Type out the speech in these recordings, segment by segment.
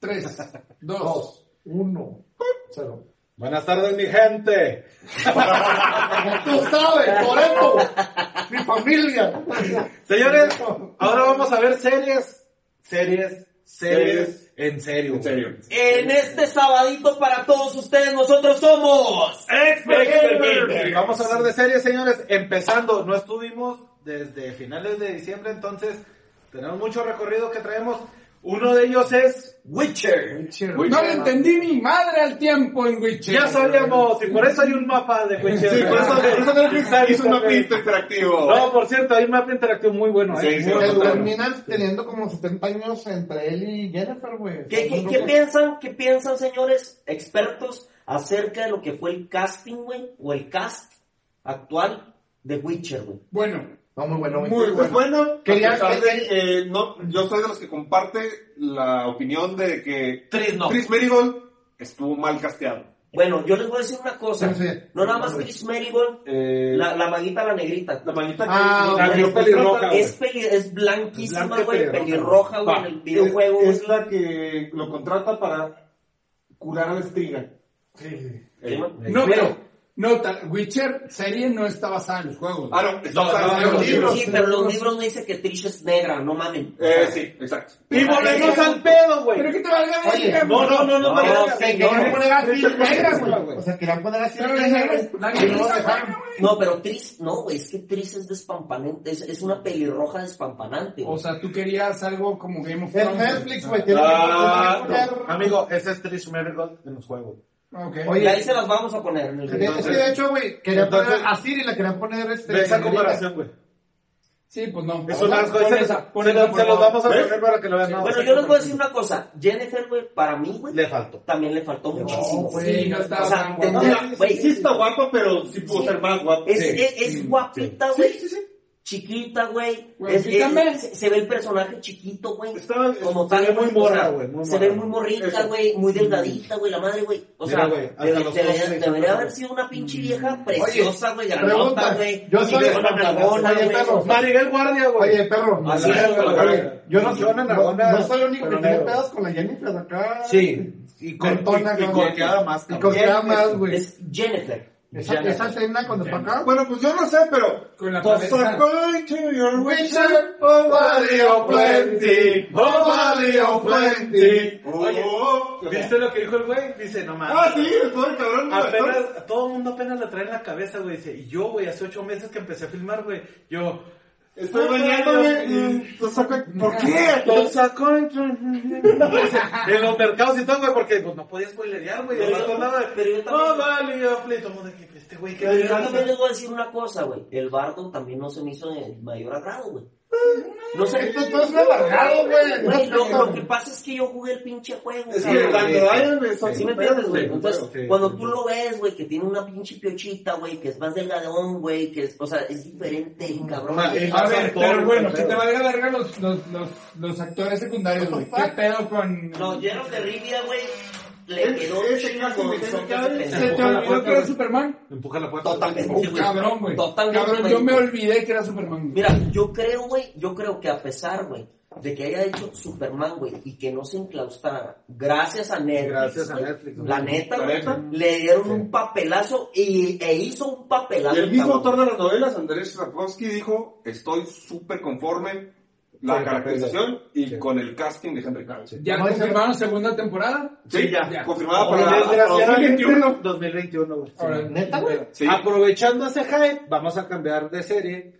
3, 2, 1, 0. Buenas tardes, mi gente. Como tú sabes, Toreto, mi familia. Señores, ahora vamos a ver series, series, series, en serio. En serio. En este sabadito para todos ustedes, nosotros somos. Y Vamos a hablar de series, señores. Empezando, no estuvimos desde finales de diciembre, entonces tenemos mucho recorrido que traemos. Uno de ellos es Witcher. No le entendí ni madre al tiempo en Witcher. Ya sabíamos, y por eso hay un mapa de Witcher. Sí, por eso, por eso Netflix hizo un mapito interactivo. No, por cierto, hay un mapa interactivo muy bueno. Sí, ¿eh? sí, Muy sí. bueno. Claro. Terminan teniendo como 70 años entre él y Jennifer, güey. ¿Qué, qué, qué piensan, qué piensan, señores expertos, acerca de lo que fue el casting, güey, o el cast actual de Witcher, güey? Bueno, No, muy bueno. muy bueno. Pues bueno, Quería- a pesar de, eh, no, yo soy de los que comparte la opinión de que Tris, no. Chris Merigold estuvo mal casteado. Bueno, yo les voy a decir una cosa. Sí, sí. No nada más Chris Merigold, Eh, la, la maguita, la negrita. la manita que... Ah, La vio pelirroja, güey. Es, peli- es blanquísima, Blanca y güey, pelirroja. pelirroja, güey, en el videojuego. Es, güey. es la que lo contrata para curar Eh, a la estriga. Eh, No, pero, nota, Witcher serie no está basada en los juegos. ah, no, está basado en no, los no, libros. Sí, pero los libros no dicen que Trish es negra, no mamen. Eh, sí, exacto. Y volvemos al pedo, güey. Pero que te valga Oye, verga, No, no, no, no, No, no. no, no. sí, No, no poner así negras, güey. O sea, querían poner así. Pero las negras, la Y no lo negrita, dejaron. güey. No, pero Tris, no, güey, es que Tris es despampanante, es, es una pelirroja despampanante. O sea, tú querías algo como Game of Es Thrones. Netflix, güey. tiene que- Ah, tiene que no. poner- Amigo, ese es este Trish Merigold en los juegos. Ah, Ok. y Oye, ahí se las vamos a poner. en el video. es que de hecho, güey, querían poner entonces- a Siri, la querían poner este. Ve esa negrita. comparación, güey. Sí, pues no. Es un asco. Pon ese- esa, pon Se esa, lo- se por los favor. vamos a poner para que lo vean. No, bueno, sí, yo les voy a decir una cosa. Jennifer, güey, para mí, güey, Le faltó. también le faltó muchísimo. güey, no está o sea, tan guapa. tendría- güey, Sí está guapo, pero sí pudo Sí. ser más guapo. es, Sí, es- es sí, guapita, güey. Chiquita, güey. Güey, Es- es- quítame. se, se ve el personaje chiquito, güey. Está- Como se tal, ve muy güey, o sea, morra, güey, muy Se morra. ve muy morrita, Eso. güey. Muy delgadita, güey. La madre, güey. O Mira, sea, güey, de- hasta los debería, ojos, debería güey. haber sido una pinche Mm. vieja preciosa, güey. Grandota, Pregunta, güey. yo soy- chingona, nalgona, Oye, güey. perro. Maribel Guardia, güey. Oye, perro. Así es, Maribel güey. Guardia. Yo no soy, Yo no, no, no, no, no soy el único que pero tiene negro. pedos con la Jennifer acá. Sí. Y con Cortona, y- y güey. corteada más. Y cabrón. con nada más, güey. Es Jennifer. Esa, esa escena cuando está acá. pues, Bueno, pues yo no sé, pero... Con la Cause cabeza. I'm going to your witcher, oh valley of plenty, oh valley of Pues, pues. plenty. Oye, Oh, oh. ¿Viste lo que dijo el güey? Dice, no mames. Ah, sí, el pobre cabrón. güey. Apenas, todo el mundo apenas la trae en la cabeza, güey. Dice, y yo, güey, hace ocho meses que empecé a filmar, güey. Yo, Estoy bañándome. mm, lo saco- ¿Por qué? Lo sacó en, en los mercados y todo, güey, porque pues, no podía spoilerear, güey. Pero el vato yo- andaba de- pero yo también- No, vale, yo hablé, y todo el mundo, que este güey, que Pero yo también les voy a decir una cosa, güey. El bardo también no se me hizo de mayor agrado, güey. No sé. Esto todo es alargado, güey. Güey, lo, lo que pasa es que yo jugué el pinche juego. Es que cabrón. cuando vayan, son ¿Sí me entiendes, güey? Entonces, cuando tú lo ves, güey, que tiene una pinche piochita, güey, que es más delgadón, güey, que es, o sea, es diferente, cabrón. A ver, pero bueno, que te valga verga los, los, los, los actores secundarios, güey. ¿Qué pedo con...? No, lleno de Rivia, güey, le quedó es chino una con combinación sopas de que hay. ¿Se pendejo. te olvidó que era Superman? Empuja la puerta. Totalmente, Oh, güey. cabrón, güey. Totalmente, Cabrón, güey. yo me olvidé que era Superman. güey. Mira, yo creo, güey, yo creo que a pesar, güey, de que haya hecho Superman, güey, y que no se enclaustrara, gracias a Netflix, Gracias a güey, Netflix, güey. la neta, La güey, neta. le dieron un papelazo y, e hizo un papelazo. Y el mismo cabrón. autor de las novelas, Andrés Sapkowski, dijo, estoy súper conforme la Sí, caracterización y sí. con el casting de Henry Cavill. Sí, ¿Ya No, confirmaron segunda temporada? ya. Ah, confirmada pues, Oye, para desgraciadamente, 2021. 2021, güey. Ahora, Neta, güey. Sí. Ah, Aprovechando ese hype, vamos a cambiar de serie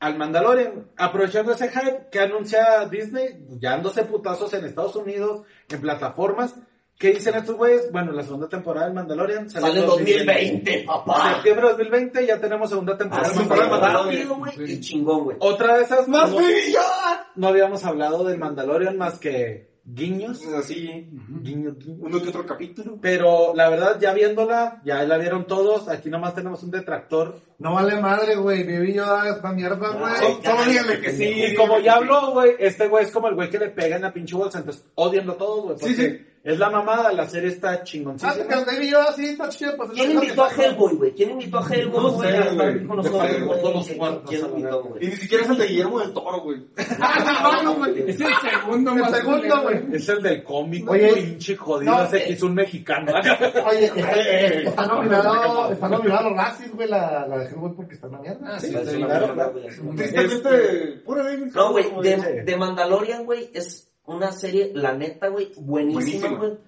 al Mandalorian. Aprovechando ese hype que anuncia Disney, dándose putazos en Estados Unidos, en plataformas. ¿Qué dicen estos güeyes? Bueno, la segunda temporada del Mandalorian Sale en en 2020, papá. Septiembre 2020 ya tenemos segunda temporada. Así del fue Mandalorian. rápido, güey, y chingón, güey. Otra de esas más. ¡Más No, baby ya! no habíamos hablado del Mandalorian más que guiños. Entonces, pues, Así, Guiños, guiños. uno que otro capítulo. Pero la verdad, ya viéndola, ya la vieron todos. Aquí nomás tenemos un detractor. No vale madre, güey. Viví yo a esta mierda, güey. Solo solo díganle que sí. Y como ya habló, güey, este güey es como el güey que le pega en la pinche bolsa. Entonces, odienlo todos, güey. Sí, porque sí. Es la mamada, la serie está Ah, que chingoncísima. el Baby Yoda sí está chido, pues. ¿Quién invitó a Hellboy, güey? ¿ Quién invitó a Hellboy, No güey? sé, a estar güey. aquí con De nosotros, padre, güey? todos los cuartos, a ¿Quién la invitó, verga. Y güey? ni siquiera es el de Guillermo del Toro, güey. Ah, Es el segundo El más segundo, culero, güey. Es el del cómic, Oye, pinche jodido, no, ese eh. que hizo un mexicano. Oye, está- está nominado, está nominado Razzies, güey, la, la de Hellboy porque está en la mierda. Ah, sí, Sí, sí, sí, claro. claro, güey. Tristemente, Este, pura David Este, No, güey, Cronenberg, de, de Mandalorian, güey, es una serie, la neta, güey, buenísima, Buenísima. güey.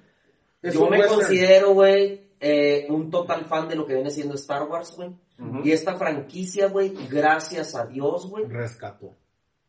Es Yo un me western. considero, güey, eh, un total fan de lo que viene siendo Star Wars, güey. Y esta franquicia, güey, gracias a Dios, güey, Rescató.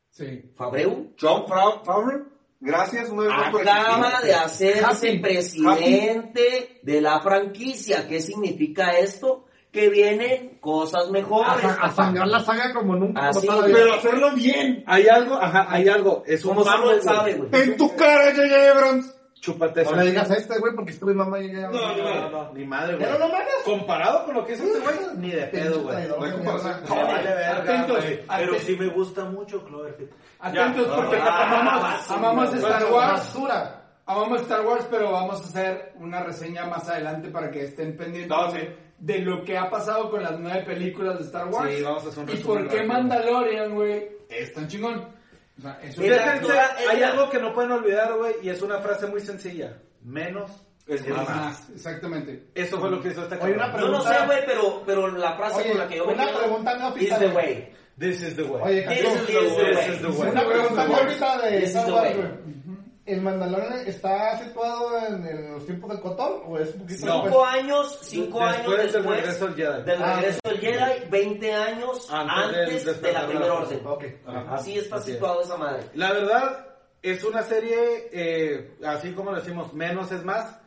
Sí. Fabreu John Fra- Favreau, gracias una vez más por acaba existir. Ah, de hacerse Ah, pues, Happy. presidente de la franquicia. ¿Qué significa esto? Que vienen cosas A, mejores. a zangar la saga como nunca. Así, como tal, güey. Pero hacerlo bien. Hay algo, ajá, hay algo. Es un Como Pablo Marvel, él sabe, güey. En tu cara, J.J. Abrams. Chúpate No esa. le digas a este, güey, porque este güey mamá ya... ya- No, no, Ni madre, güey. Pero no mames. Comparado con lo que es este güey, ni de pedo, güey. Traidor, Güey, mierda. comparación. Me vale verga, Atentos, güey. Pero atentos. sí me gusta mucho Cloverfield. Atentos Ya. porque Ah, amamos, amamos Star Wars. Basura. Amamos Star Wars, pero vamos a hacer una reseña más adelante para que estén pendientes No, sí. de lo que ha pasado con las nueve películas de Star Wars. Sí, vamos a hacer un Y resumen por qué rápido. Mandalorian, güey, es tan chingón. O sea, es un- Mira, Ah, Fíjense, toda- hay ella- algo que no pueden olvidar, güey, y es una frase muy sencilla. Menos es más. más, exactamente. Eso fue lo que hizo esta Oye, una cabrona. Yo no pregunta- sé, güey, pero, pero la frase Oye, con la que yo me una quedo pregunta no is oficial. the way. This is the way. Oye, This is campeón. the way. is the way. Una pregunta This is the ahorita de This is Star the Wars, way. güey. ¿El Mandalorian está situado en, en los tiempos del Cotón o es un poquito No. después? Cinco años, cinco Después años del después regreso del Jedi. Ah, regreso del Jedi, 20 años Antes antes, del de despertar la de primera la orden. Ok. Ajá. Así está Así es. situado esa madre. La verdad, es una serie, eh, así como lo decimos, menos es más.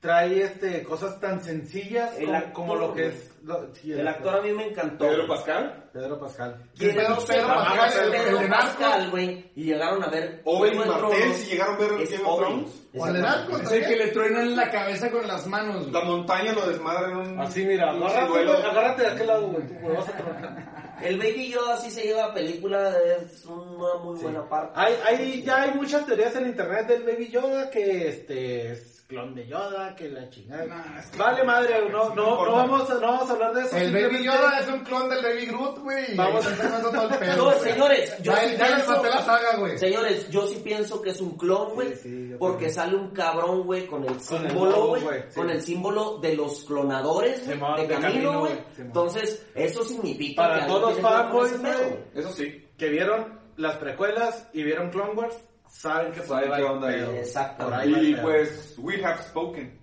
Trae este, cosas tan sencillas El como, actor, como lo que es. lo- sí, El actor a mí me encantó. Pedro Pascal. Pedro Pascal. ¿Quién Pedro- dice Pedro Pedro Pascal, Pascal, el- el Pedro de Narcos? Pascal, güey? Y llegaron a ver. Owen Juego de Martel, Tronos. si llegaron a ver Es Game of Owen. Thrones. ¿O el de Narcos? Es el que le truenan la cabeza con las manos. La güey. montaña lo desmadra en Mm. un... Así, mira, un agárrate, duelo. güey, agárrate de aquel lado, güey, tú, güey, vas a tronar. El Baby Yoda sí se lleva película, es una muy buena parte. Hay, hay, ya hay muchas teorías en internet del Baby Yoda que este es clon de Yoda, que la chingada. Nah, es que- vale madre, no, no, no, importa. vamos, a- no vamos a hablar de eso. El Baby simplemente- Yoda es un clon del Baby Groot, güey. Vamos. a estar todo el pedo. No, güey. señores, yo Ya, sí ya les pienso- maté la saga, güey. Señores, yo sí pienso que es un clon, güey, Sí, sí, yo porque también. sale un cabrón, güey, con el Con el símbolo, logo, güey, güey, sí. con el símbolo de los clonadores, güey, Simón, de de Camilo, Camilo, güey. güey, Simón. Entonces, eso significa Para que algo todos los tiene que ver con fanboys, ese pedo, güey. güey. Eso sí. que vieron las precuelas y vieron Clone Wars saben que por Saben ahí va qué el onda pedo. ahí. Exacto. Por ahí va el Y pedo. pues, we have spoken.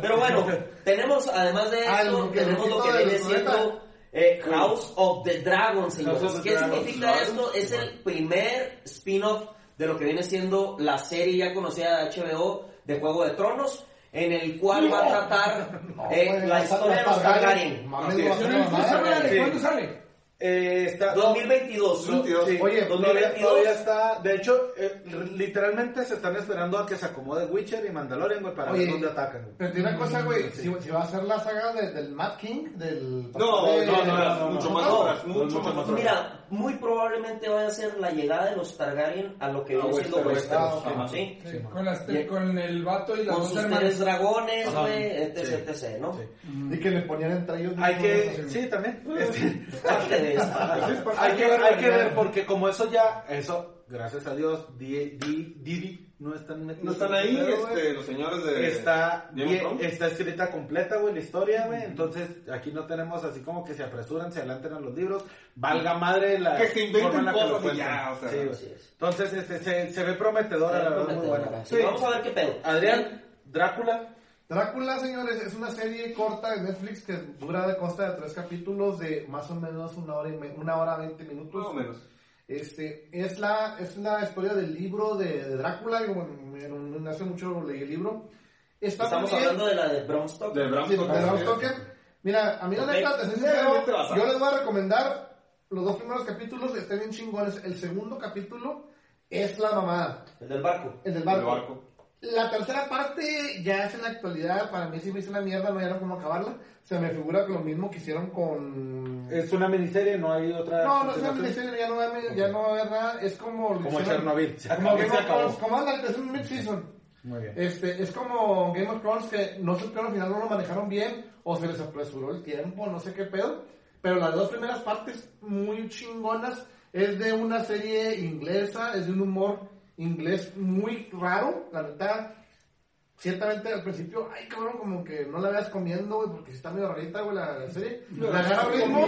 Pero bueno, tenemos, además de Ah, esto, lo que tenemos lo necesito que de viene los siendo eh, House of the Dragon, House señores. of the ¿Qué Dragon, significa Dragon, esto? Es el primer spin-off de lo que viene siendo la serie ya conocida de HBO de Juego de Tronos, en el cual va a tratar eh, güey, saga la historia de los Targaryen. Targaryen. Mames, Así no va es. Yo a ser no he visto mamada, esa güey. madre, sí. ¿Cuándo sale? Eh, está 2022. no, Oye, sí, 2022. todavía 2022. está de hecho eh, literalmente se están esperando a que se acomode Witcher y Mandalorian güey para Oye, ver dónde atacan güey. Pero tiene una cosa, güey. Si, si va a ser la saga de- del Mad King, del. No, de- no, no, no, no, mucho no. más No, horas, mucho mucho más horas. más horas. Mira, muy probablemente vaya a ser la llegada de los Targaryen a lo que A viene siendo Westeros. Westeros. Ah, ¿sí? Sí, con, las te- Bien. con el vato y las Con dos sus hermanas. tres dragones, Ajá. güey, etc, Sí. etc, ¿no? Sí. Mm. Y que le ponían entre ellos. hay que mismos, sí también Pues, Este, Parte de esta. hay que hay que ver porque como eso ya eso gracias a Dios Di- Di- Didi no están metidos No están en ahí el pedo, güey. este, los señores de... Está, Game of bien- Thrones. está escrita completa, güey, la historia, güey. Entonces, aquí no tenemos así como que se apresuran, se adelanten a los libros. Valga madre la Que se inventen forma en la que lo cosas y ya, cuentan. o sea, Sí, güey. así es. Entonces, este, se, se ve prometedora, la verdad, muy buena. Sí, Vamos a ver qué pedo. Adrián, Drácula, Drácula, señores, es una serie corta de Netflix que dura de consta de tres capítulos de más o menos una hora y me- una hora veinte minutos. Más o menos. Este es la es una historia del libro de, de Drácula. y bueno, me- me- hace mucho leí el libro. Está muy Estamos bien. hablando de la de Bram Stoker. De Bram Sí, Stoker. de Bram Stoker. Mira, a mí la Ok. neta, te soy Sí, sincero, sí, te vas a- este yo les voy a recomendar los dos primeros capítulos, están bien chingones. El segundo capítulo es la mamada, El del barco. el del El barco. barco. La tercera parte ya es en la actualidad, para mí sí me hizo una mierda, no era cómo acabarla. Se me figura que lo mismo que hicieron con... es una miniserie, no hay otra. No, no es una miniserie, ya no va a- ya no va a haber nada, es como... lo Como hicieron- Chernobyl, se Como acabó, Game se of Thrones, acabó. como ándale, es un mid-season. Muy bien. Este, es como Game of Thrones que no sé qué al final no lo manejaron bien o se les apresuró el tiempo, no sé qué pedo. Pero las dos primeras partes muy chingonas es de una serie inglesa, es de un humor inglés muy raro, la neta. Ciertamente al principio, ay cabrón, como que no la veas comiendo, güey, porque está medio rarita, güey, la, la serie. La agarra ritmo.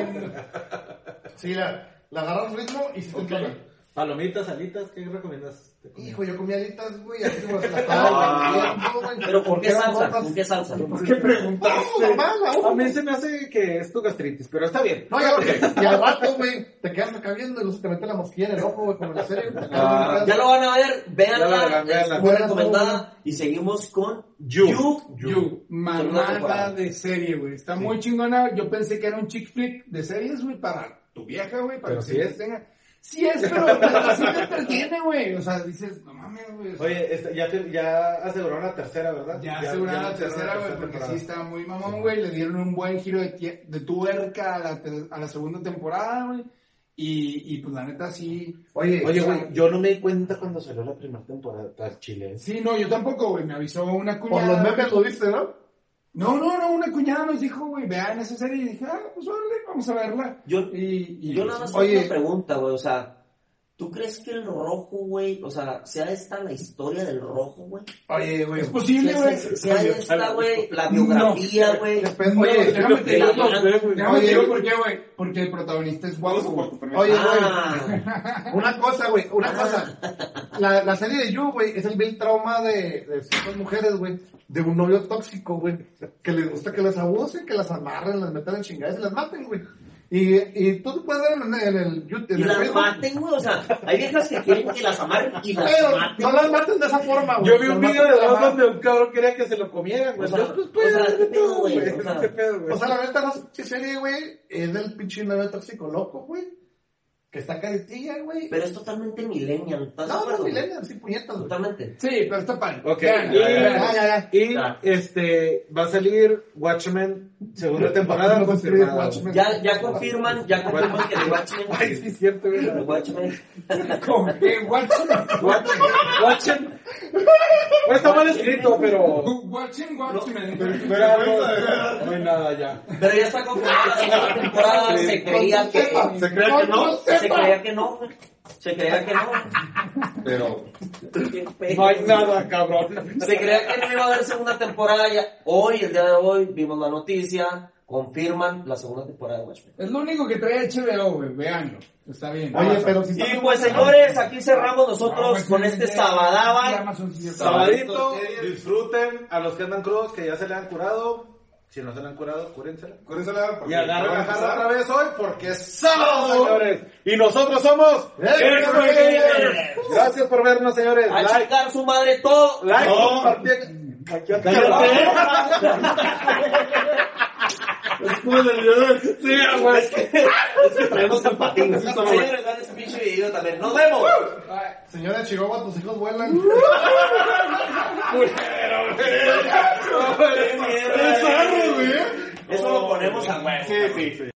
Sí, la, la agarra ritmo y se te antoja. Palomitas, alitas, ¿qué recomiendas? de comer? Pues, Hijo, yo comí alitas, güey, así como se la estaba vendiendo, güey. Ah. Pero ¿con qué Eran salsa? gordas. ¿Con qué salsa? ¿Por qué preguntaste? Ah, mamá, la uva. A mí se me hace que es tu gastritis, pero está bien. No, ya, porque- y al vato, güey, te quedas acá viendo y luego se te mete la mosquilla en el ojo, güey, como en la serie. güey. Ah, Ya lo van a ver, Ya la véanla, verán, véanla. es muy recomendada. Y seguimos con You. You. You, Segunda temporada. mamada de serie, güey. Está muy chingona. Yo pensé que era un chick flick de series, güey, para tu vieja, güey, para Pero que sí es. Tenga. Sí es, pero así te entretiene, güey. O sea, dices, no mames, güey. o sea, Oye, esta- ya, te- ya aseguraron la tercera, ¿verdad? Ya aseguraron la aseguraron tercera, güey, porque temporada. sí estaba muy mamón, güey. Le dieron un buen giro de, tie- de tuerca a la, ter- a la segunda temporada, güey. Y, y pues la neta sí. Oye, Oye, güey, yo no me di cuenta cuando salió la primera temporada al chile. Sí, no, yo tampoco, güey. Me avisó una por cuñada. los memes lo viste, ¿no? No, no, no, una cuñada nos dijo, güey, vean esa serie. Y dije, ah, pues órale, vamos a verla. Yo, Y, y yo nada más Oye. tengo una pregunta, güey, o sea, ¿tú crees que el rojo, güey, o sea, sea esta la historia del rojo, güey? Oye, güey. Es posible, güey. Sea esta, güey, la biografía, güey. Depende. Oye, Oye, déjame te digo, la- déjame te Oye. digo por qué, güey. Porque el protagonista es guapo. güey. oye, güey. Ah, Una cosa, güey, una cosa. La, la serie de You, güey, es el vil trauma de, de ciertas mujeres, güey, de un novio tóxico, güey, que les gusta que las abusen, que las amarren, las metan en chingadas y las maten, güey. Y, y tú te puedes ver en, en el YouTube. en y el las Facebook, maten, güey, o sea, hay viejas que quieren que las amarren y las Pero maten. no las maten de esa forma, güey. Yo vi un Las video de maten dos la- donde un cabrón quería que se lo comieran, güey. O sea, Yo, pues, o pues, sea, ¿qué ¿qué pedo, pedo, güey? güey? O sea, ¿Qué pedo, güey? O sea, la neta, la pinche serie, güey, es del pinche novio tóxico loco, güey, que está caretilla, güey. Pero es totalmente millennial, ¿estás de No, acuerdo, no, güey? Milena, sí, puñetas, güey. Totalmente. Sí, pero está padre. Ok. Vean, Y- vean. Ya, ya, ya. Y Ya. este va a salir Watchmen segunda temporada No construye confirmada. Watchmen. Ya, ya confirman, ya confirman que de Watchmen, Ay, sí es cierto. güey. de Watchmen, Con qué Watchmen. Watchmen. Watchmen. Bueno, Está mal escrito, pero Watchmen, Watchmen. pero no, no hay nada ya. pero ya está confirmada la segunda temporada, se creía que, Se crea que no, se creía que no, güey. se creía que no, pero Qué pedo. No hay nada, cabrón. Se creía que no iba a haber segunda temporada. Ya. Hoy, el día de hoy, vimos la noticia. Confirman la segunda temporada de Watchmen. Es lo único que trae HBO, güey. Veanlo. Está bien. Oye, pero si Y pues, señores, aquí cerramos No, nosotros pues, con sí, este sí, sí, sabadaba. Amazon sí, Sabadito, disfruten a los que andan crudos que ya se le han curado. Si no se le han curado, cúrensela. con eso le dan Y porque agarra van a la jarra empezar. otra vez hoy porque es sábado, señores. Y nosotros somos Extravagante. Gracias por vernos, señores. A Like, chingar su madre todo. like, No. compartir. Aquí acá. Sí, güey. Traemos zapatillas. Señores, dan ese este pinche video también. ¡Nos vemos! Señora Chihuahua, tus hijos vuelan. Eso lo ponemos a huevo. Sí, sí, sí.